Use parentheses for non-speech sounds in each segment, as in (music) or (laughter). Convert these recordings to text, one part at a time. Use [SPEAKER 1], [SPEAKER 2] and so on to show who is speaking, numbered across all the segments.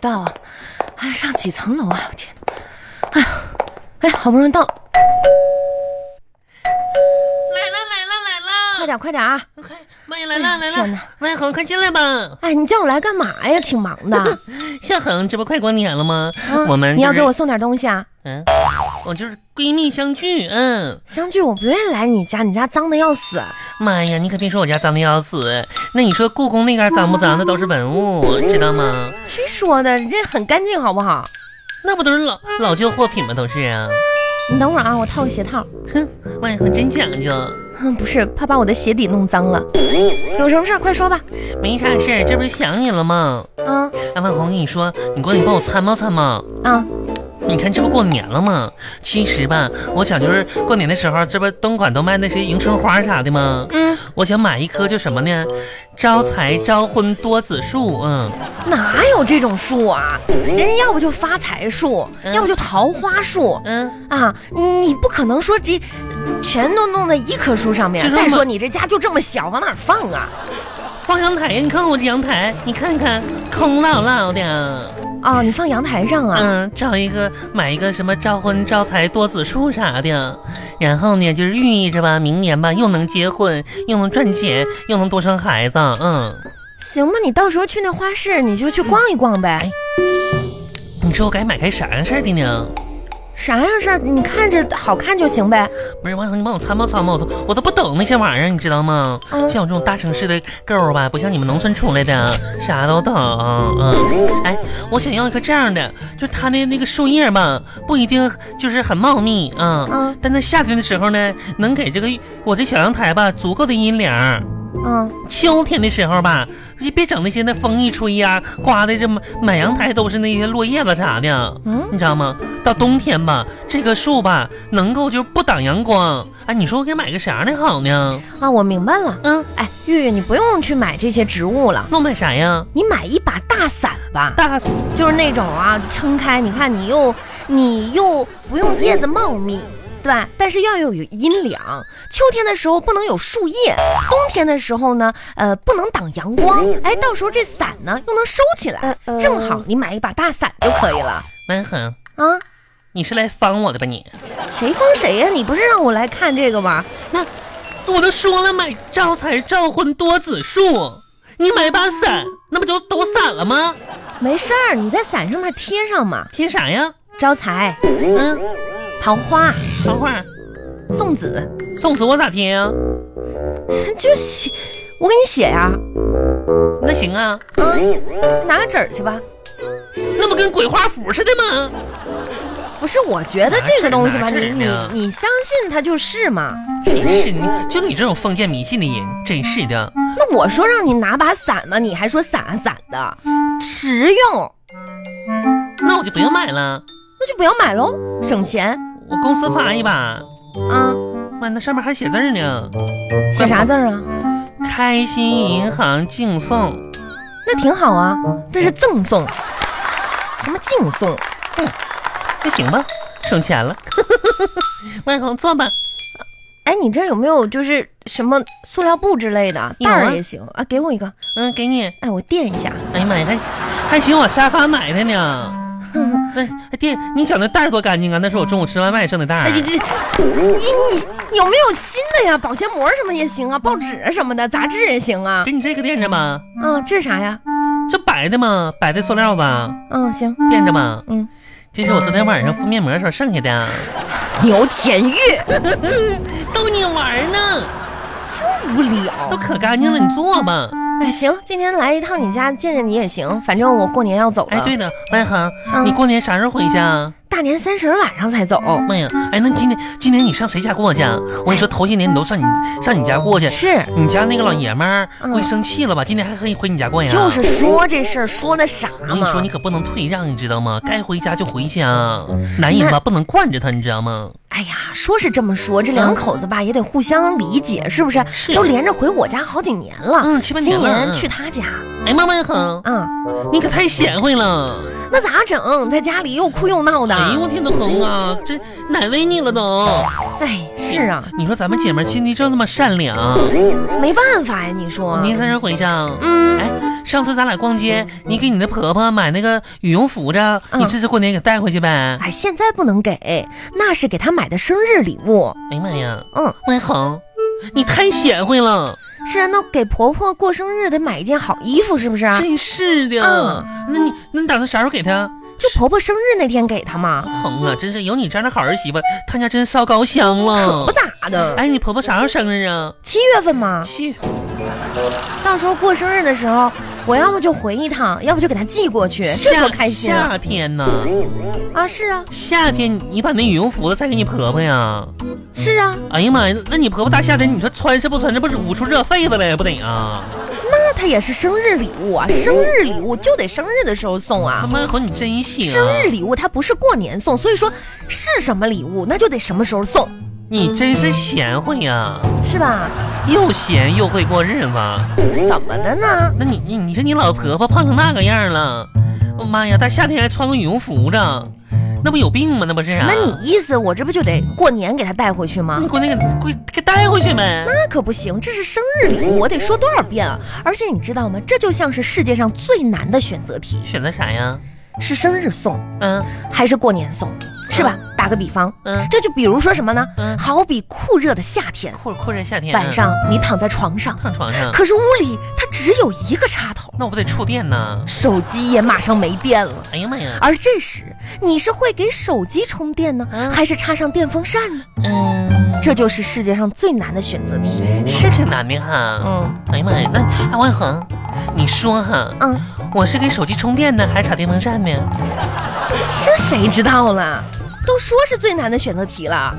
[SPEAKER 1] 到啊？哎，上几层楼啊？我天！哎呀，哎，好不容易到了，
[SPEAKER 2] 来了来了来了！
[SPEAKER 1] 快点快点啊！
[SPEAKER 2] 快，妈呀来了来
[SPEAKER 1] 哎天
[SPEAKER 2] 了
[SPEAKER 1] 哪！
[SPEAKER 2] 妈呀恒，快进来吧！
[SPEAKER 1] 哎，你叫我来干嘛呀？挺忙的。 (laughs)
[SPEAKER 2] 夏恒，这不快过年了吗？
[SPEAKER 1] 嗯
[SPEAKER 2] 我们
[SPEAKER 1] 你要
[SPEAKER 2] 就是
[SPEAKER 1] 给我送点东西啊？
[SPEAKER 2] 嗯，我就是闺蜜相聚。嗯，
[SPEAKER 1] 相聚，我不愿意来你家，你家脏的要死。
[SPEAKER 2] 妈呀，你可别说我家脏的要死。那你说故宫那边脏不脏？那都是文物，知道吗？
[SPEAKER 1] 谁说的？你这很干净，好不好？
[SPEAKER 2] 那不都是老老旧货品吗？都是啊。
[SPEAKER 1] 你等会儿啊，我套个鞋套。
[SPEAKER 2] 哼，妈呀，恒真讲究。
[SPEAKER 1] 嗯，不是，怕把我的鞋底弄脏了。有什么事儿快说吧。
[SPEAKER 2] 没啥事儿，这不是想你了吗？
[SPEAKER 1] 啊
[SPEAKER 2] 哎，万红，跟你说，你过来你帮我参谋参谋。
[SPEAKER 1] 啊，
[SPEAKER 2] 你看，这不过年了吗？其实吧，我想就是过年的时候，这不东莞都卖那些迎春花啥的吗？
[SPEAKER 1] 嗯，
[SPEAKER 2] 我想买一棵，就什么呢？招财招婚多子树。嗯，
[SPEAKER 1] 哪有这种树啊？人家要不就发财树，
[SPEAKER 2] 嗯
[SPEAKER 1] 要不就桃花树。
[SPEAKER 2] 嗯，
[SPEAKER 1] 啊，你不可能说这全都弄在一棵树上面
[SPEAKER 2] 这。是
[SPEAKER 1] 再
[SPEAKER 2] 吗
[SPEAKER 1] 说你这家就这么小，往哪儿放啊？
[SPEAKER 2] 放阳台，你看我这阳台，你看看，空落落的。
[SPEAKER 1] 哦，你放阳台上啊？
[SPEAKER 2] 嗯，找一个买一个什么招婚招财多子树啥的，然后呢，就是寓意着吧，明年吧又能结婚，又能赚钱，又能多生孩子。嗯，
[SPEAKER 1] 行吧，你到时候去那花市，你就去逛一逛
[SPEAKER 2] 嗯
[SPEAKER 1] 呗。
[SPEAKER 2] 你说我该买个啥样式儿的呢？
[SPEAKER 1] 啥样事儿，你看着好看就行呗。
[SPEAKER 2] 不是王小你帮我参谋参谋，我都我都不懂那些玩意儿，你知道吗？
[SPEAKER 1] 嗯
[SPEAKER 2] 像我这种大城市的 girl 吧，不像你们农村出来的，啥都懂。嗯，哎，我想要一个这样的，就它的那个树叶吧，不一定就是很茂密，嗯，
[SPEAKER 1] 嗯
[SPEAKER 2] 但在夏天的时候呢，能给这个我这小阳台吧足够的阴凉。
[SPEAKER 1] 嗯，
[SPEAKER 2] 秋天的时候吧，就别整那些那风一吹呀、刮的这满满阳台都是那些落叶子啥的，
[SPEAKER 1] 嗯
[SPEAKER 2] 你知道吗？到冬天吧，这棵树吧能够就不挡阳光。哎，你说我该买个啥的好呢？
[SPEAKER 1] 啊，我明白了。
[SPEAKER 2] 嗯，
[SPEAKER 1] 哎，玉玉，你不用去买这些植物了，
[SPEAKER 2] 那我买啥呀？
[SPEAKER 1] 你买一把大伞吧，
[SPEAKER 2] 大死
[SPEAKER 1] 就是那种啊，撑开，你看你又你又不用叶子茂密。对吧？但是要有有阴凉，秋天的时候不能有树叶，冬天的时候呢，呃，不能挡阳光。哎，到时候这伞呢又能收起来，正好你买一把大伞就可以了
[SPEAKER 2] 蛮狠！
[SPEAKER 1] 啊。
[SPEAKER 2] 你是来防我的吧你？
[SPEAKER 1] 谁封谁呀、你不是让我来看这个吗？
[SPEAKER 2] 那我都说了买招财招婚多子树，你买把伞，那不就都散了吗？
[SPEAKER 1] 没事儿，你在伞上面贴上嘛，
[SPEAKER 2] 贴啥呀？
[SPEAKER 1] 招财、
[SPEAKER 2] 嗯，
[SPEAKER 1] 桃花、
[SPEAKER 2] 等会儿
[SPEAKER 1] 送子， (laughs)
[SPEAKER 2] 送死我咋贴呀、
[SPEAKER 1] 就写，我给你写呀、
[SPEAKER 2] 那行啊。
[SPEAKER 1] 拿个纸儿去吧。
[SPEAKER 2] 那不跟鬼画符似的吗？
[SPEAKER 1] 不是，我觉得这个东西吧，
[SPEAKER 2] 拿纸
[SPEAKER 1] 你
[SPEAKER 2] 儿
[SPEAKER 1] 你
[SPEAKER 2] 呢
[SPEAKER 1] 你相信它就是嘛。
[SPEAKER 2] 真是你，就你这种封建迷信的人，真是的。
[SPEAKER 1] 那我说让你拿把伞嘛，你还说伞啊伞的，实用，
[SPEAKER 2] 那我就不用买了，
[SPEAKER 1] 那就不要买喽，省钱
[SPEAKER 2] 我公司发一把。
[SPEAKER 1] 啊。
[SPEAKER 2] 妈，那上面还写字儿呢，
[SPEAKER 1] 写啥字儿啊？
[SPEAKER 2] 开心银行敬送。
[SPEAKER 1] 那挺好啊，这是赠送，什么敬送？
[SPEAKER 2] 那行吧，省钱了。 (laughs) 万红，坐吧。
[SPEAKER 1] 哎，你这有没有就是什么塑料布之类的
[SPEAKER 2] 有
[SPEAKER 1] 袋
[SPEAKER 2] 啊
[SPEAKER 1] 儿也行啊？给我一个，
[SPEAKER 2] 嗯，给你。
[SPEAKER 1] 哎，我垫一下。
[SPEAKER 2] 哎呀妈呀，还还行，我沙发买的呢。 (laughs) 哎，哎爹，你讲那袋儿多干净啊！那是我中午吃外卖剩的袋
[SPEAKER 1] 哎，
[SPEAKER 2] 儿
[SPEAKER 1] 这。这，你你有没有新的呀？保鲜膜什么也行啊，报纸啊什么的，杂志也行啊。
[SPEAKER 2] 给你这个垫着吧，
[SPEAKER 1] 嗯，这是啥呀？
[SPEAKER 2] 这白的吗？白的塑料吧，
[SPEAKER 1] 嗯，行，
[SPEAKER 2] 垫着吧。
[SPEAKER 1] 嗯，
[SPEAKER 2] 这是我昨天晚上敷面膜时候剩下的。啊
[SPEAKER 1] 牛田玉，
[SPEAKER 2] 逗你玩儿呢，
[SPEAKER 1] 真无
[SPEAKER 2] 都
[SPEAKER 1] 聊。
[SPEAKER 2] 可干净了，你坐吧。
[SPEAKER 1] 哎，行，今天来一趟你家见见你也行，反正我过年要走了。
[SPEAKER 2] 哎，对了，万恒，
[SPEAKER 1] 嗯
[SPEAKER 2] 你过年啥时候回家？
[SPEAKER 1] 大年三十晚上才走。
[SPEAKER 2] 妈呀，哎，那今年今年你上谁家过去啊？我跟你说，头些年你都上你上你家过去，
[SPEAKER 1] 是，
[SPEAKER 2] 你家那个老爷们儿
[SPEAKER 1] 嗯
[SPEAKER 2] 估计生气了吧？今年还可以回你家过呀？
[SPEAKER 1] 就是。说这事儿说的傻
[SPEAKER 2] 我
[SPEAKER 1] 嘛。
[SPEAKER 2] 跟你说，你可不能退让，你知道吗？该回家就回家，男人吧不能惯着他，你知道吗？
[SPEAKER 1] 哎呀，说是这么说，这两口子吧、也得互相理解，是不是？
[SPEAKER 2] 嗯是
[SPEAKER 1] 都连着回我家好几年了，
[SPEAKER 2] 嗯七八年了
[SPEAKER 1] 啊今年
[SPEAKER 2] 嗯
[SPEAKER 1] 去他家
[SPEAKER 2] 哎妈，万恒，
[SPEAKER 1] 啊、
[SPEAKER 2] 你可太贤惠了！
[SPEAKER 1] 那咋整？在家里又哭又闹的。
[SPEAKER 2] 哎呦我天都红啊，这难为你了都。
[SPEAKER 1] 哎，是啊，
[SPEAKER 2] 你说咱们姐们儿心地就这么善良，
[SPEAKER 1] 没办法呀，你说
[SPEAKER 2] 年三十回家。
[SPEAKER 1] 嗯，
[SPEAKER 2] 哎，上次咱俩逛街，你给你的婆婆买那个羽绒服着，
[SPEAKER 1] 嗯
[SPEAKER 2] 你这次过年给带回去呗。
[SPEAKER 1] 哎，现在不能给，那是给她买的生日礼物。
[SPEAKER 2] 哎呀妈呀，
[SPEAKER 1] 嗯，
[SPEAKER 2] 万恒，你太贤惠了，
[SPEAKER 1] 是啊，那给婆婆过生日得买一件好衣服，是不是啊？
[SPEAKER 2] 真是的。
[SPEAKER 1] 嗯
[SPEAKER 2] 那你那你打算啥时候给她？
[SPEAKER 1] 就婆婆生日那天给她嘛，
[SPEAKER 2] 恒啊，真是有你这样的好儿媳妇，她家真烧高香
[SPEAKER 1] 可 (laughs)
[SPEAKER 2] 了
[SPEAKER 1] 不。咋的。
[SPEAKER 2] 哎，你婆婆啥时候生日啊？
[SPEAKER 1] 七月份嘛，
[SPEAKER 2] 去，
[SPEAKER 1] 到时候过生日的时候，我要么就回一趟，要不就给她寄过去，这
[SPEAKER 2] 夏
[SPEAKER 1] 多开心啊！
[SPEAKER 2] 夏天呢，
[SPEAKER 1] 啊，是啊，
[SPEAKER 2] 夏天你把那羽绒服子再给你婆婆呀。
[SPEAKER 1] 是啊，
[SPEAKER 2] 哎呀妈呀，那你婆婆大夏天，你说穿是不穿，这不是捂出热痱子来不得啊？
[SPEAKER 1] 那她也是生日礼物啊，生日礼物就得生日的时候送啊
[SPEAKER 2] 他。妈和你真行、啊，
[SPEAKER 1] 生日礼物它不是过年送，所以说是什么礼物那就得什么时候送，
[SPEAKER 2] 你真是贤惠呀、
[SPEAKER 1] 是吧？
[SPEAKER 2] 又闲又会过日子。
[SPEAKER 1] 怎么的呢？
[SPEAKER 2] 那你你你说你老婆婆胖成那个样了，我、妈呀，大夏天还穿个羽绒服着，那不有病吗？那不是啊？嗯
[SPEAKER 1] 那你意思我这不就得过年给她带回去吗
[SPEAKER 2] 你？给我那个给给带回去呗。
[SPEAKER 1] 那可不行，这是生日礼物，我得说多少遍啊！而且你知道吗？这就像是世界上最难的选择题，
[SPEAKER 2] 选择啥呀？
[SPEAKER 1] 是生日送
[SPEAKER 2] 嗯
[SPEAKER 1] 还是过年送，是吧？打个比方，
[SPEAKER 2] 嗯
[SPEAKER 1] 这就比如说什么呢？
[SPEAKER 2] 嗯，
[SPEAKER 1] 好比酷热的夏天，
[SPEAKER 2] 酷酷热夏天，啊嗯
[SPEAKER 1] 晚上你躺在床上，
[SPEAKER 2] 躺床上，
[SPEAKER 1] 可是屋里它只有一个插头，
[SPEAKER 2] 那我不得触电呢？
[SPEAKER 1] 手机也马上没电了。
[SPEAKER 2] 哎呀妈呀，
[SPEAKER 1] 而这时，你是会给手机充电呢，
[SPEAKER 2] 嗯
[SPEAKER 1] 还是插上电风扇呢？
[SPEAKER 2] 嗯，
[SPEAKER 1] 这就是世界上最难的选择题。
[SPEAKER 2] 是挺难的哈。
[SPEAKER 1] 嗯
[SPEAKER 2] 哎呀妈呀，那哎万恒，你说哈，
[SPEAKER 1] 嗯，
[SPEAKER 2] 我是给手机充电呢，还是插电风扇呢？
[SPEAKER 1] 这谁知道了？都说是最难的选择题了。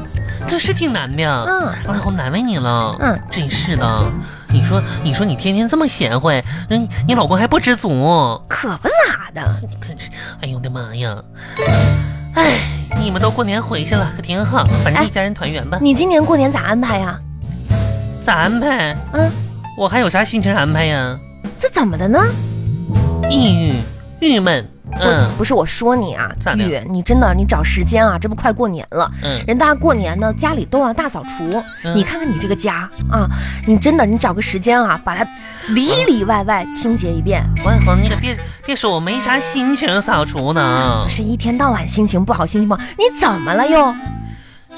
[SPEAKER 2] 这是挺难的。
[SPEAKER 1] 嗯，
[SPEAKER 2] 万恒难为你了。
[SPEAKER 1] 嗯，
[SPEAKER 2] 真是的。你说，你说你天天这么贤惠，人你老公还不知足？
[SPEAKER 1] 可不咋的。
[SPEAKER 2] 你看这，哎呦我的妈呀！哎，你们都过年回去了，可挺好，反正
[SPEAKER 1] 哎
[SPEAKER 2] 一家人团圆吧。
[SPEAKER 1] 你今年过年咋安排啊呀、
[SPEAKER 2] 咋安排？
[SPEAKER 1] 嗯，
[SPEAKER 2] 我还有啥心情安排呀？
[SPEAKER 1] 这怎么的呢？
[SPEAKER 2] 抑郁、郁闷，嗯
[SPEAKER 1] 不不是我说你啊
[SPEAKER 2] 咋，的
[SPEAKER 1] 雨，你真的你找时间啊，这不快过年了，
[SPEAKER 2] 嗯
[SPEAKER 1] 人大家过年呢，家里都要大扫除。
[SPEAKER 2] 嗯
[SPEAKER 1] 你看看你这个家啊，你真的你找个时间啊，把它里里外外清洁一遍。
[SPEAKER 2] 万恒，你可别别说我没啥心情扫除呢
[SPEAKER 1] 不，是一天到晚心情不好，心情不好，你怎么了又？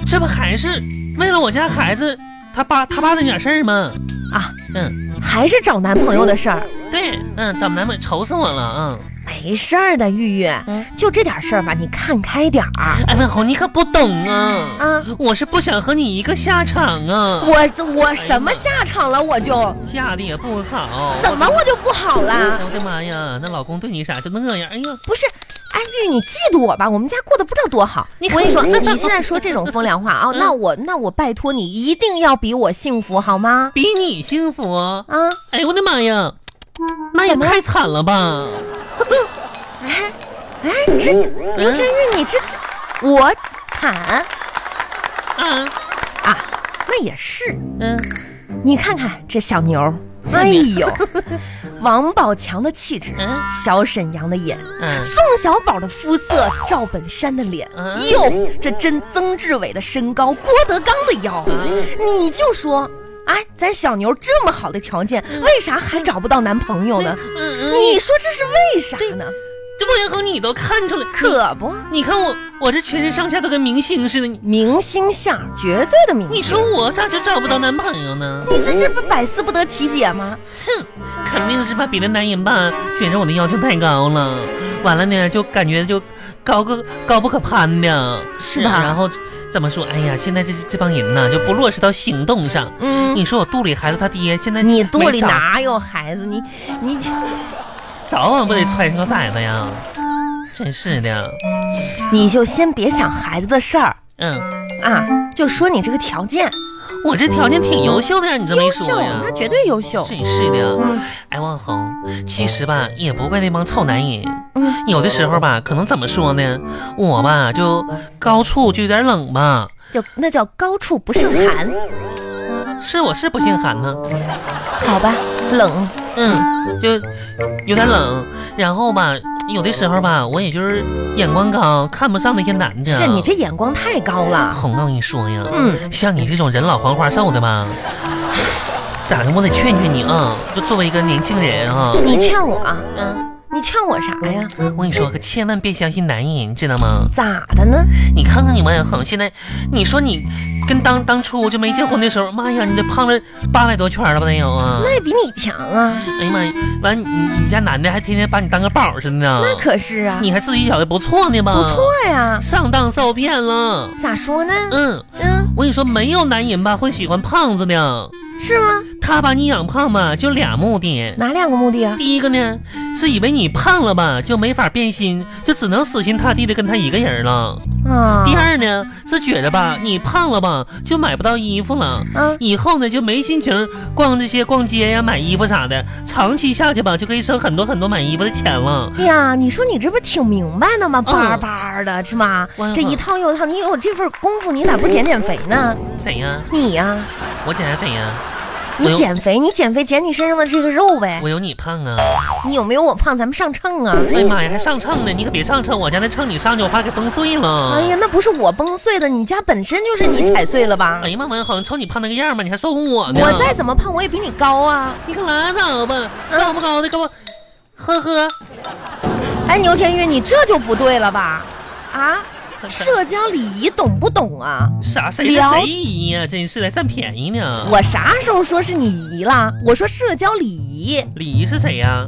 [SPEAKER 2] 这不还是为了我家孩子他爸他爸那点事儿吗？
[SPEAKER 1] 啊，
[SPEAKER 2] 嗯，
[SPEAKER 1] 还是找男朋友的事儿？
[SPEAKER 2] 对，嗯，咱们男朋友愁死我了，
[SPEAKER 1] 没事儿的，玉玉，
[SPEAKER 2] 嗯
[SPEAKER 1] 就这点事儿吧，你看开点儿
[SPEAKER 2] 嗯，哎，万恒，你可不懂啊，
[SPEAKER 1] 啊！
[SPEAKER 2] 我是不想和你一个下场啊，
[SPEAKER 1] 我我什么下场了？我就
[SPEAKER 2] 嫁的也不好，
[SPEAKER 1] 怎么我就不好
[SPEAKER 2] 哎
[SPEAKER 1] 啦？
[SPEAKER 2] 我的妈呀，那老公对你啥就那样，哎呀，
[SPEAKER 1] 不是，哎，玉，你嫉妒我吧？我们家过得不知道多好。
[SPEAKER 2] 你
[SPEAKER 1] 我跟你说，
[SPEAKER 2] 看
[SPEAKER 1] 你现在说这种风凉话啊，
[SPEAKER 2] 嗯
[SPEAKER 1] 那我那我拜托你，一定要比我幸福好吗？
[SPEAKER 2] 比你幸福。
[SPEAKER 1] 啊，
[SPEAKER 2] 哎呦我的妈呀，那也
[SPEAKER 1] 怎么了
[SPEAKER 2] 太惨了吧！
[SPEAKER 1] 哎哎，这刘天玉，你这这我惨
[SPEAKER 2] 嗯
[SPEAKER 1] 啊，那也是。
[SPEAKER 2] 嗯，
[SPEAKER 1] 你看看这小牛儿，
[SPEAKER 2] 小
[SPEAKER 1] 哎
[SPEAKER 2] 牛
[SPEAKER 1] 呦，王宝强的气质
[SPEAKER 2] 嗯，
[SPEAKER 1] 小沈阳的眼，
[SPEAKER 2] 嗯
[SPEAKER 1] 宋小宝的肤色，赵本山的脸
[SPEAKER 2] 嗯，
[SPEAKER 1] 哟，这真曾志伟的身高，郭德纲的腰，你就说，哎，咱小牛这么好的条件，为啥还找不到男朋友呢？
[SPEAKER 2] 嗯嗯，
[SPEAKER 1] 你说这是为啥呢？
[SPEAKER 2] 这莫言恒你都看出来，
[SPEAKER 1] 可不，
[SPEAKER 2] 你看我，我这全身上下都跟明星似的，你
[SPEAKER 1] 明星相，绝对的明
[SPEAKER 2] 你
[SPEAKER 1] 星。
[SPEAKER 2] 说我咋就找不到男朋友呢？
[SPEAKER 1] 你这这不百思不得其解吗？
[SPEAKER 2] 肯定是把别的男人吧觉着我的要求太高了，完了呢就感觉就高个高不可攀的，
[SPEAKER 1] 是吧
[SPEAKER 2] 然后怎么说？哎呀，现在这这帮人呐就不落实到行动上。
[SPEAKER 1] 嗯，
[SPEAKER 2] 你说我肚里孩子他爹现在
[SPEAKER 1] 你肚里
[SPEAKER 2] 没找
[SPEAKER 1] 哪有孩子？你你。
[SPEAKER 2] 早晚不得揣上个崽子呀！真是的，
[SPEAKER 1] 你就先别想孩子的事儿
[SPEAKER 2] 嗯，
[SPEAKER 1] 啊，就说你这个条件，
[SPEAKER 2] 我这条件挺优秀的呀，你这么一
[SPEAKER 1] 优
[SPEAKER 2] 说
[SPEAKER 1] 秀，
[SPEAKER 2] 呀，
[SPEAKER 1] 那绝对优秀。
[SPEAKER 2] 真是的。
[SPEAKER 1] 嗯
[SPEAKER 2] 哎，万红，其实吧，也不怪那帮臭男人，
[SPEAKER 1] 嗯，
[SPEAKER 2] 有的时候吧，可能怎么说呢，我吧就高处就有点冷吧，
[SPEAKER 1] 就那叫高处不胜寒，
[SPEAKER 2] 是我是不姓韩呢，
[SPEAKER 1] 好吧，冷，
[SPEAKER 2] 嗯，就有点冷，然后吧，有的时候吧，我也就是眼光高，看不上那些男的。啊
[SPEAKER 1] 是你这眼光太高了。
[SPEAKER 2] 红，我跟你说呀，
[SPEAKER 1] 嗯，
[SPEAKER 2] 像你这种人老黄花瘦的吧，咋的？我得劝劝你啊！就作为一个年轻人啊，
[SPEAKER 1] 你劝我啊，
[SPEAKER 2] 嗯，
[SPEAKER 1] 你劝我啥呀？
[SPEAKER 2] 我跟你说，可千万别相信男人，你知道吗？
[SPEAKER 1] 咋的呢？
[SPEAKER 2] 你看看你王小恒，现在你说你跟当当初就没结婚的时候，妈呀，你得胖了八百多圈了吧？得有啊！
[SPEAKER 1] 那也比你强啊，
[SPEAKER 2] 哎呀妈呀，完你你家男的还天天把你当个宝似的呢，
[SPEAKER 1] 那可是啊，
[SPEAKER 2] 你还自己觉得不错呢吧？
[SPEAKER 1] 不错，呀。
[SPEAKER 2] 上当受骗了。
[SPEAKER 1] 咋说呢？
[SPEAKER 2] 嗯，
[SPEAKER 1] 嗯，
[SPEAKER 2] 我跟你说，没有男人吧会喜欢胖子的，
[SPEAKER 1] 是吗？
[SPEAKER 2] 他把你养胖吧就俩目的。
[SPEAKER 1] 哪两个目的啊？
[SPEAKER 2] 第一个呢，是以为你胖了吧，就没法变心，就只能死心塌地的跟他一个人了。
[SPEAKER 1] 啊，
[SPEAKER 2] 第二呢，是觉得吧，你胖了吧，就买不到衣服了，
[SPEAKER 1] 嗯，
[SPEAKER 2] 以后呢就没心情逛这些逛街呀、买衣服啥的。长期下去吧，就可以省很多很多买衣服的钱了。
[SPEAKER 1] 哎呀，你说你这不挺明白的吗？
[SPEAKER 2] 嗯
[SPEAKER 1] 巴巴的是吗？
[SPEAKER 2] 王小
[SPEAKER 1] 这一
[SPEAKER 2] 恒
[SPEAKER 1] 套又一套，你有这份功夫，你咋不减减肥呢？
[SPEAKER 2] 谁呀？
[SPEAKER 1] 你呀、
[SPEAKER 2] 我减肥呀？我
[SPEAKER 1] 你
[SPEAKER 2] 有
[SPEAKER 1] 减肥，你减肥减你身上的这个肉呗。
[SPEAKER 2] 我有你胖啊！
[SPEAKER 1] 你有没有我胖？咱们上秤啊！
[SPEAKER 2] 哎呀妈呀，还上秤呢！你可别上秤，我家那秤你上去我怕给崩碎了。
[SPEAKER 1] 哎呀，那不是我崩碎的，你家本身就是你踩碎了吧
[SPEAKER 2] 哎？呀妈呀，好像瞅你胖那个样儿吧，你还说我呢？
[SPEAKER 1] 我再怎么胖，我也比你高啊！
[SPEAKER 2] 你可拉倒吧，
[SPEAKER 1] 嗯
[SPEAKER 2] 高不高的给我，呵呵。
[SPEAKER 1] 哎，牛天玉，你这就不对了吧？啊，社交礼仪懂不懂啊？
[SPEAKER 2] 啥谁是
[SPEAKER 1] 聊
[SPEAKER 2] 谁姨呀？真是的，占便宜呢。
[SPEAKER 1] 我啥时候说是你姨了？我说社交礼仪，
[SPEAKER 2] 李姨是谁呀？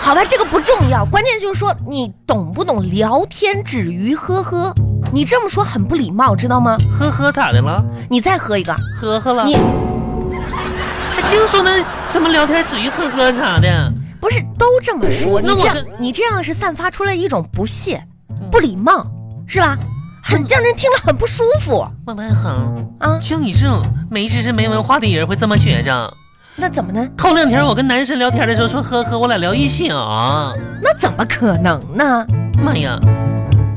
[SPEAKER 1] 好吧，这个不重要，关键就是说你懂不懂聊天止于呵呵。你这么说很不礼貌，知道吗？
[SPEAKER 2] 呵呵咋的了？
[SPEAKER 1] 你再喝一个，
[SPEAKER 2] 呵呵了。
[SPEAKER 1] 你
[SPEAKER 2] 还净说那什么聊天止于呵呵啥的。
[SPEAKER 1] 不是都这么说？你
[SPEAKER 2] 那我嗯
[SPEAKER 1] 这样
[SPEAKER 2] 跟
[SPEAKER 1] 你这样是散发出来一种不屑、不礼貌，是吧？很让人听了很不舒服
[SPEAKER 2] 慢慢哼，
[SPEAKER 1] 啊。
[SPEAKER 2] 就你这种没知识没文化的人会这么觉着。
[SPEAKER 1] 那怎么呢？
[SPEAKER 2] 头两天我跟男神聊天的时候说呵呵，我俩聊一宿。
[SPEAKER 1] 那怎么可能呢？
[SPEAKER 2] 妈呀，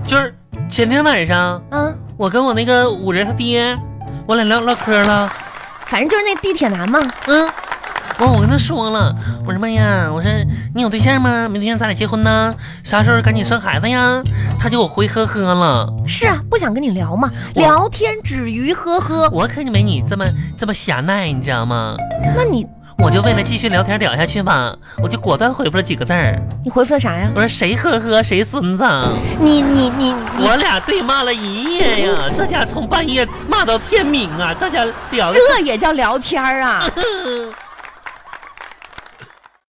[SPEAKER 2] 今儿前天晚上
[SPEAKER 1] 啊，
[SPEAKER 2] 我跟我那个五仁他爹，我俩聊唠嗑了。
[SPEAKER 1] 反正就是那地铁男嘛。
[SPEAKER 2] 嗯，完我跟他说了，我说妈呀，我说你有对象吗？没对象咱俩结婚呢，啥时候赶紧生孩子呀？他就给我回呵呵了，
[SPEAKER 1] 是啊，不想跟你聊嘛，
[SPEAKER 2] 我
[SPEAKER 1] 聊天止于呵呵。
[SPEAKER 2] 我可就没你这么这么狭隘，你知道吗？
[SPEAKER 1] 那你
[SPEAKER 2] 我就为了继续聊天聊下去吧，我就果断回复了几个字儿，
[SPEAKER 1] 你回复的啥呀？
[SPEAKER 2] 我说谁呵呵谁孙子，
[SPEAKER 1] 你你你你
[SPEAKER 2] 我俩对骂了一夜呀，这家从半夜骂到天明啊，这家聊的
[SPEAKER 1] 这也叫聊天儿啊？